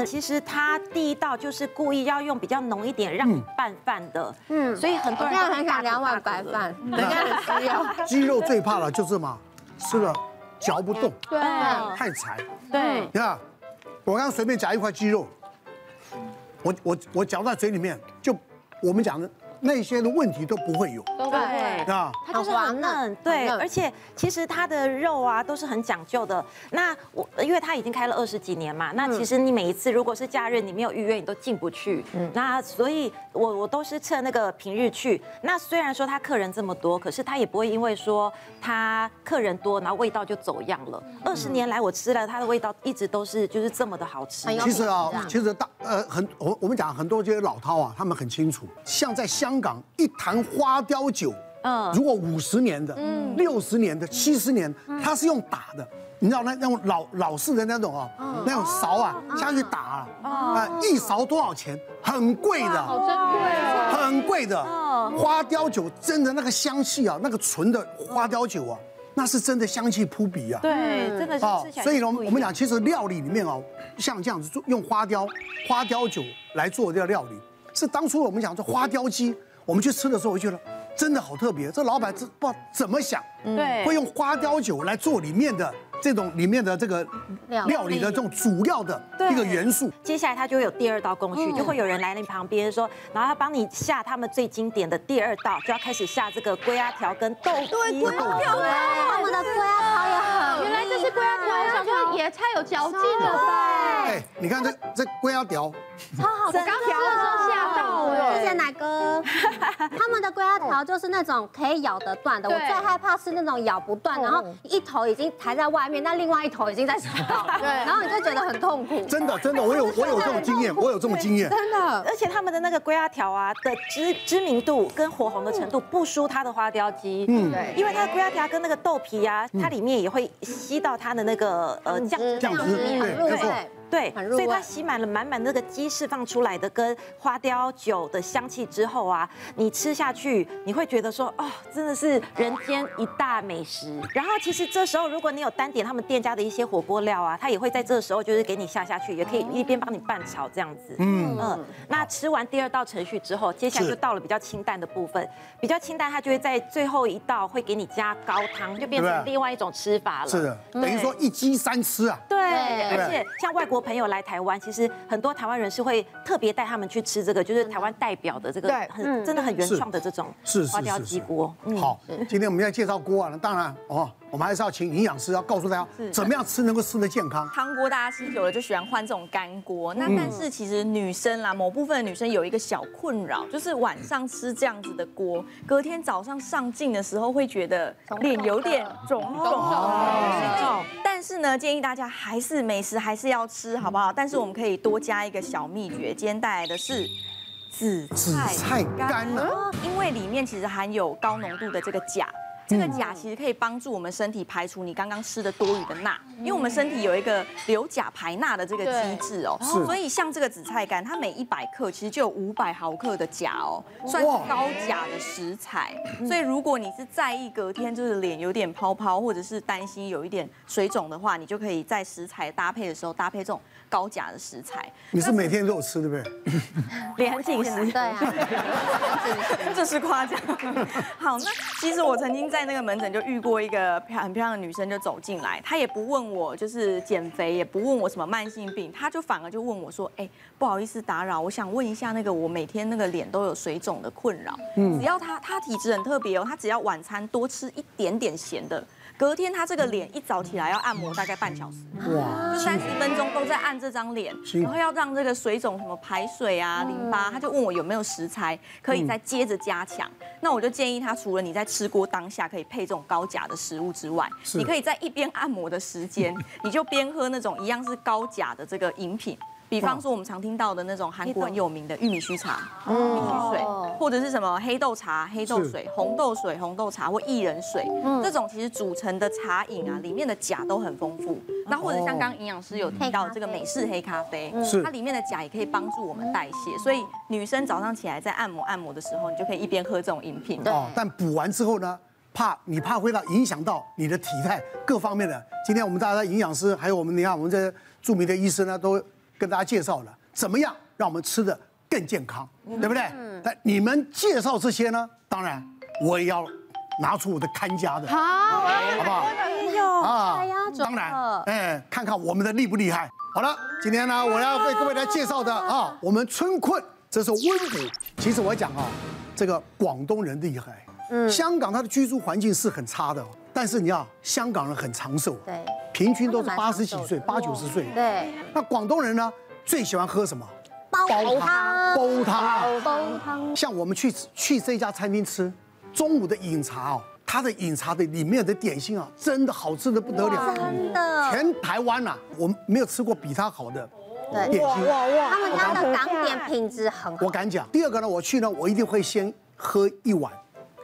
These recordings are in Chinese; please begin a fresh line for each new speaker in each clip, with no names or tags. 呢，其实它第一道就是故意要用比较浓一点，让你拌饭的。嗯，所以很多
我
人
现
都会
在很
大
想
口
两碗
大
白
口地
饭，等一下很需要。
鸡肉最怕的就是嘛，吃了嚼不动，
对，
太柴。
对，
你看，我刚刚随便夹一块鸡肉，我我我嚼在嘴里面，就我们讲的那些的问题都不会有
都
对
啊。
它就是很嫩，对，而且其实它的肉啊都是很讲究的。那我因为它已经开了二十几年嘛，那
嗯
其实你每一次如果是假日你没有预约，你都进不去。
嗯
那所以我我都是趁那个平日去。那虽然说他客人这么多，可是他也不会因为说他客人多，然后味道就走样了。二十年来我吃了它的味道一直都是就是这么的好吃
嗯很。有
其实啊
这样，
其实大呃很我我们讲很多这些老饕啊，他们很清楚，像在香港一坛花雕酒，
嗯
嗯，如果五十年的、六十年的、七十年，它是用打的。你知道那那种老老式的那种啊，那种勺啊下去打啊，啊一勺多少钱？很贵的，
珍贵哦。
很贵的花雕酒，真的那个香气啊，那个纯的花雕酒啊，那是真的香气扑鼻啊。
对，真的是
啊
吃起来。
所以呢，我们
讲
讲其实料理里面哦，像这样子做用花雕花雕酒来做这个料理，是当初我们讲这花雕鸡，我们去吃的时候，我就觉得真的好特别，这老板这不知道怎么想，
对
嗯会用花雕酒来做里面的这种里面的这个
料理
料理的这种主料的
对
一个元素。
接下来他就会有第二道工
嗯
序，就会有人来你旁边说，然后他帮你下他们最经典的第二道，就要开始下这个龟鸭条跟豆皮。
龟鸭条
他们的龟啊鸭条也很，
原来这是龟
啊
鸭条，我想说野菜有嚼劲了吧？
哎，你看这这龟腰条，
超好吃。
我刚吃的时候吓到哎，
谢谢奶哥，他们的龟鸭条就是那种可以咬得断的，我
对
最害怕是那种咬不断，然后一头已经抬在外面，但另外一头已经在手到了，然后你就觉得很痛苦。
真的真的，我有我有这种经验，我有这种经验。
真的，
而且他们的那个龟鸭条啊的知知名度跟火红的程度不输它的花雕鸡，嗯，
对
因为它的龟鸭条跟那个豆皮啊，
嗯
它里面也会吸到它的那个呃酱汁
酱汁
里面
对
很入
没错
味。
对，
很入
所以它
味
吸满了满满那个鸡释放出来的跟花雕酒的香气之后啊，你吃下去，你会觉得说，哦，真的是人间一大美食。然后其实这时候，如果你有单点他们店家的一些火锅料啊，它也会在这时候就是给你下下去，也可以一边帮你拌炒这样子。嗯嗯。那吃完第二道程序之后，接下来
是
就到了比较清淡的部分。比较清淡，它就会在最后一道会给你加高汤，就变
对
成
不对
另外一种吃法了。
是的，等于说一鸡三吃啊。
对，
对
而且像外国朋友来台湾，其实很多台湾人是会特别带他们去吃这个，就是台湾代表的这嗯个
对
很真的很原创的这种
是是
花雕
是
鸡
是
锅。嗯，
好，今天我们要介绍锅啊，那当然哦，我们还是要请营养师要告诉大家怎么样吃能够吃得健康。
汤锅大家吃久了就喜欢换这种干锅，那但是其实女生啦，某部分的女生有一个小困扰，就是晚上吃这样子的锅，隔天早上上镜的时候会觉得脸有点肿肿
哦
的。但是呢，建议大家还是美食还是要吃，好不好？但是我们可以多加一个小秘诀，今天带来的是紫
紫
菜
菜干啊，
因为里面其实含有高浓度的这个钾。这个钾其实可以帮助我们身体排除你刚刚吃的多余的钠，因为我们身体有一个留钾排钠的这个机制哦，
是
所以像这个紫菜干，它每一百克其实就有五百毫克的钾哦，算是
哇
高钾的食材。所以如果你是在意隔天就是脸有点泡泡，或者是担心有一点水肿的话，你就可以在食材搭配的时候搭配这种高钾的食材。
你是每天都有吃对不对？
脸很紧实。
对啊，
这是夸奖。好，那其实我曾经在那个门诊就遇过一个漂很漂亮的女生，就走进来，她也不问我就是减肥，也不问我什么慢性病，她就反而就问我说：“哎、不好意思打扰，我想问一下那个我每天那个脸都有水肿的困扰，只要她她体质很特别哦，她只要晚餐多吃一点点咸的。”隔天她这个脸一早起来要按摩大概半小时，
哇，
就三十分钟都在按这张脸，
辛苦嗯
然后要让这个水肿什么排水啊、淋巴，他就问我有没有食材可以再接着加强。那我就建议他，除了你在吃锅当下可以配这种高钾的食物之外，
是
你可以在一边按摩的 时间，你就边喝那种一样是高钾的这个饮品。比方说，我们常听到的那种韩国很有名的玉米须茶、玉米须水，或者是什么黑豆茶、黑豆
哦是
水、红豆水、红豆茶或薏仁水，这种其实组成的茶饮啊，里面的钾都很丰
嗯
富。那或者像刚刚营养师有提到这个美式黑咖啡，
是
它里面的钾也可以帮助我们代谢，所以女生早上起来在按摩按摩的时候，你就可以一边喝这种饮品。
哦，但补完之后呢，怕你怕会到影响到你的体态各方面的。今天我们大家营养师还有我们你看我们这些著名的医生呢，都跟跟大家介绍了怎么样让我们吃的更健康，对不对？那你们介绍这些呢，当然我也要拿出我的看家的，
好，
好不好？
哎呦，
啊
哎呀真
当然
的，
哎，看看我们的厉不厉害。好了，今天呢，我要为各位来介绍的啊，我们春困，这是温补。其实我讲啊，这个广东人厉害，嗯，香港它的居住环境是很差的，哦但是你要香港人很长寿，哦
对，
平均都是
他们
八
蛮
十几
长寿
岁、
的
八九十岁。
对，
那广东人呢，最喜欢喝什么？
煲汤，
煲汤啊。
煲汤，
像我们去去这家餐厅吃，中午的饮茶哦，它的饮茶的里面的点心啊，真的好吃的不得了。
真的，
全台湾呐、我没有吃过比它好的
对
点心。
他们家的港点品质很好
我，敢讲，第二个呢，我去呢，我一定会先喝一碗，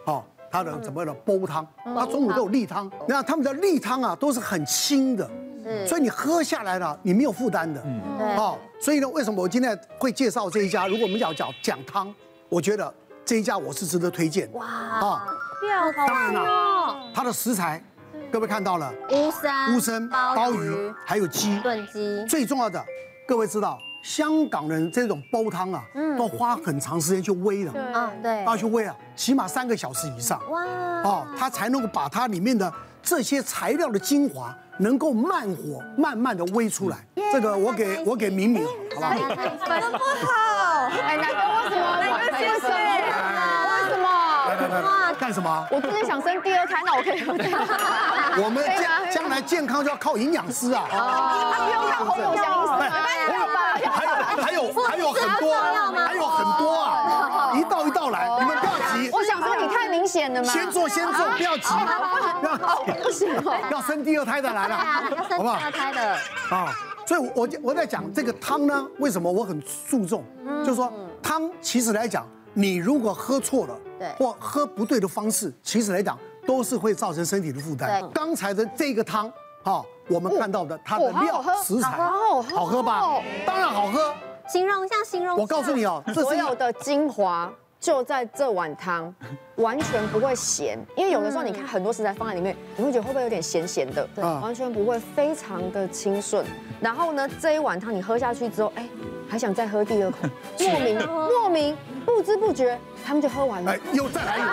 哦，它的怎么样的煲汤，
嗯
它中午都有例汤，那他们的例汤啊都是很清的，
是
所以你喝下来了，你没有负担的，
嗯
对
哦，所以呢，为什么我今天会介绍这一家？如果我们要讲讲汤，我觉得这一家我是值得推荐，
哇，
啊，
好棒哦，
它的食材，各位看到了，
乌参、
乌参、
嗯鲍
鲍
鱼
鱼、还有鸡，
炖鸡，
最重要的，各位知道，香港人这种煲汤啊，都花很长时间去煨的，
嗯，对，
要去煨啊，起码三个小时以上，
哇，
哦，它才能够把它里面的这些材料的精华，能够慢火慢慢的煨出来。
嗯
这个我给我给敏敏，好
哎
不好？
哎，奶哥为什么？奶哥谢谢。为什
来
么？
来来来，干什么？
我真的想生第二胎，那我可以喝这 个。
我们
可以吗
将将来健康就要靠营养师啊。
哦
哎
他
哎
不用看红豆香医生
哎
吗？没有吧？
还有还有还有很多，啊还有很多啊，一道一道来，你们不要急，
我想说你太明显了嘛。
先做先做，不要急，不要急。
不行哦。
要生第二胎的来了，
啊，要生
好
第
不
二
好？
胎的，
啊，所以我我我在讲这个汤呢，为什么我很注重，就是说汤其实来讲，你如果喝错了，
对
或喝不对的方式，其实来讲都是会造成身体的负担
对。
刚才的这个汤啊，我们看到的它的
哦好好
料
喝
食材
好喝
好喝吧
哦？
当然好喝。
形容一下，形容一下，
我告诉你哦，这
所
是一
有的精华就在这碗汤，完全不会咸。因为有的时候你看很多食材放在里面，你会觉得会不会有点咸咸的？对，
嗯
完全不会，非常的清顺。然后呢，这一碗汤你喝下去之后，哎，还想再喝第二口，莫名莫名不知不觉他们就喝完了
哎。，又再来一碗，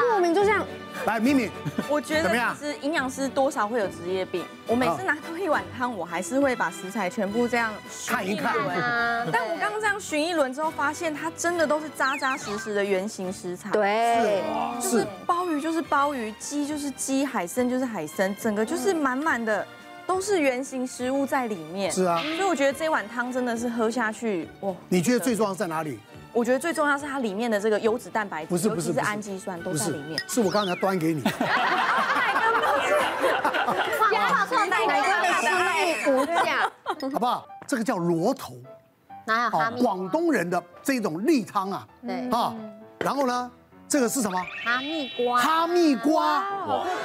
对，莫名就这样，
来敏敏，
我觉
怎
得
么样
其实营养师多少会有职业病。我每次拿到一碗汤，我还是会把食材全部这样巡
看一看
轮
啊
但我刚刚这样巡一轮之后，发现它真的都是扎扎实实的原型食 材。，
对，
就是鲍鱼就是鲍鱼，鸡就是鸡，海参就是海参，整个就是满满的都是原型食物在里面。
是啊
所以我觉得这碗汤真的是喝下去，哇！
你觉得最重要在哪里？
我觉得最重要是它里面的这个油脂、蛋白质，
不是不
尤
是
其
不
是
是
氨基酸都
不
在
是
里面。，
是我刚才端给你。
放放放放
奶哥的心意无价。
好不好？这个叫螺头，
哪有哈
哦
密，瓜？
广东人的这种例汤啊，
对
啊，然后呢，这个是什么？
哈密瓜，
哈密瓜，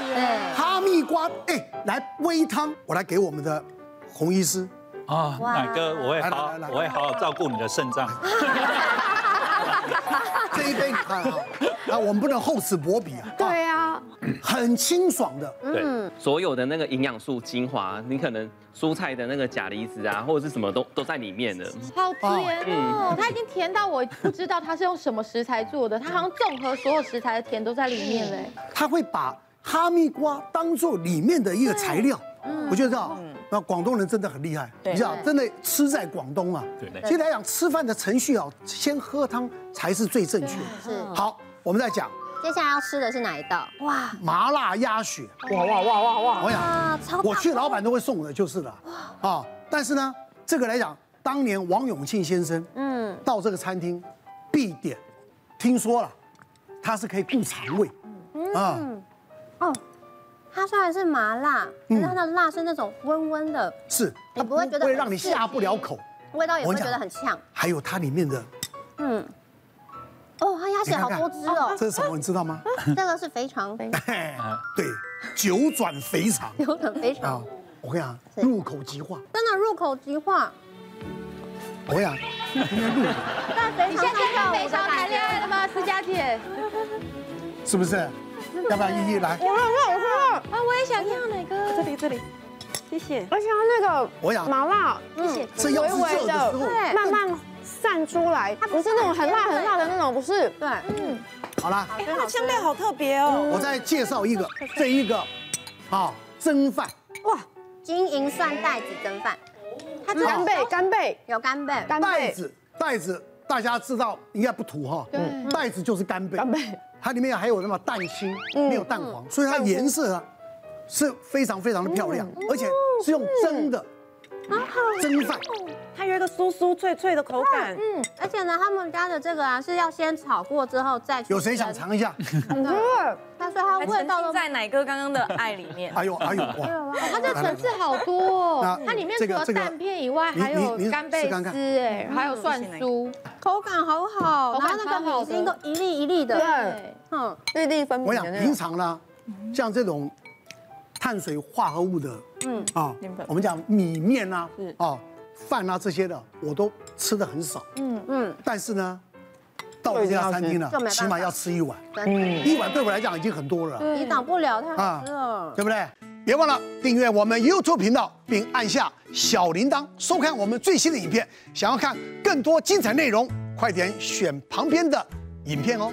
对，
哈密瓜，哎，来煨汤，我来给我们的洪医师，
啊，
哇
奶哥，我会
来来
好
来来，
我会好好照顾你的肾脏。
这一杯你看啊，啊，我们不能厚此薄彼啊，
对啊，
很清爽的，
对，
所有的那个营养素精华，你可能蔬菜的那个钾离子啊，或者是什么都都在里面嗯的。
好
啊
甜哦，它已经甜到我不知道它是用什么食材做的，它好像综合所有食材的甜都在里面嘞。
他会把哈密瓜当做里面的一个材料。
嗯
我觉得啊，那广东人真的很厉害，
对
你知道，真的吃在广东啊。
对
其实来讲，吃饭的程序啊，先喝汤才是最正确的。
是。
好，我们再讲
接下来要吃的是哪一道？哇
麻辣鸭血，
哦
哇哇哇哇哇！
我想
啊，超
我去，
棒
老板都会送我的就是了。啊，但是呢，这个来讲，当年王永庆先生，嗯，到这个餐厅必点，听说了，它是可以顾肠胃，啊，
哦！它虽然是麻辣，可是它的辣是那种温温的，
是，
你哎不会觉得
会
很
让你
刺
下
激
不了口。
味道也不
我
会
跟你讲
觉得很呛。
还有它里面的
嗯，哦，它鸭血好多汁哦，
这是什么，你知道吗？
这个是肥肠，
嘿对，九转肥肠
有点肥肠
啊，！我跟你讲，
是
入口即化。
真的入口即化。
我跟你讲，
你现在跟肥肠谈恋爱了吗，思佳姐？
是不是？要不要一一来？
啊，我也想要哪个？
这里这里，
谢谢。
而且它
我
那
想
个麻辣，
嗯
这要是热的时候，
对
慢慢散出来，它不是那种很辣很辣的那种，不是。
对，
好啦，
哎，它的香料好特别哦。
我再介绍一个，这一个，啊，蒸饭，
金银蒜带子蒸饭，它这
干
个
贝，干贝，
有干贝，
干
袋
贝，
子，袋子，大家知道应该不涂哈，袋子就是干贝，
干贝，嗯
它里面还有那么蛋清，没有蛋黄，所以它颜色啊是非常非常的漂亮，
嗯
而且是用蒸的，
啊
蒸饭，
它有一个酥酥脆脆的口感，
嗯，而且呢，他们家的这个啊是要先炒过之后再去
有谁想
蒸？
尝一下？
很热。
但是它
还
味
沉
道都
浸在奶哥刚刚的爱里面。
哎呦哎呦，哇，
啊
它这层次好多哦
那，
它里面
这
除
个
了
这个
蛋片以外，
你
还有
你你
干贝
试看看
丝，哎，还有蒜酥，
口感好好，
口感
然后那
超
个
好
米
的
心都一粒一粒的，
对，
嗯，
粒粒分
我
明
想
的那
平
种。
常呢，像这种碳水化合物的，嗯啊
淀粉，
我们讲米面啊
是，
啊饭啊这些的，我都吃的很少，嗯嗯，但是呢，到了这家餐厅呢
就没办，法
起码要吃一碗，
真
一碗对我来讲已经很多了。
的，你挡不了，太好吃了。
对不对？别忘了订阅我们 YouTube 频道，并按下小铃铛，收看我们最新的影片。想要看更多精彩内容，快点选旁边的影片哦。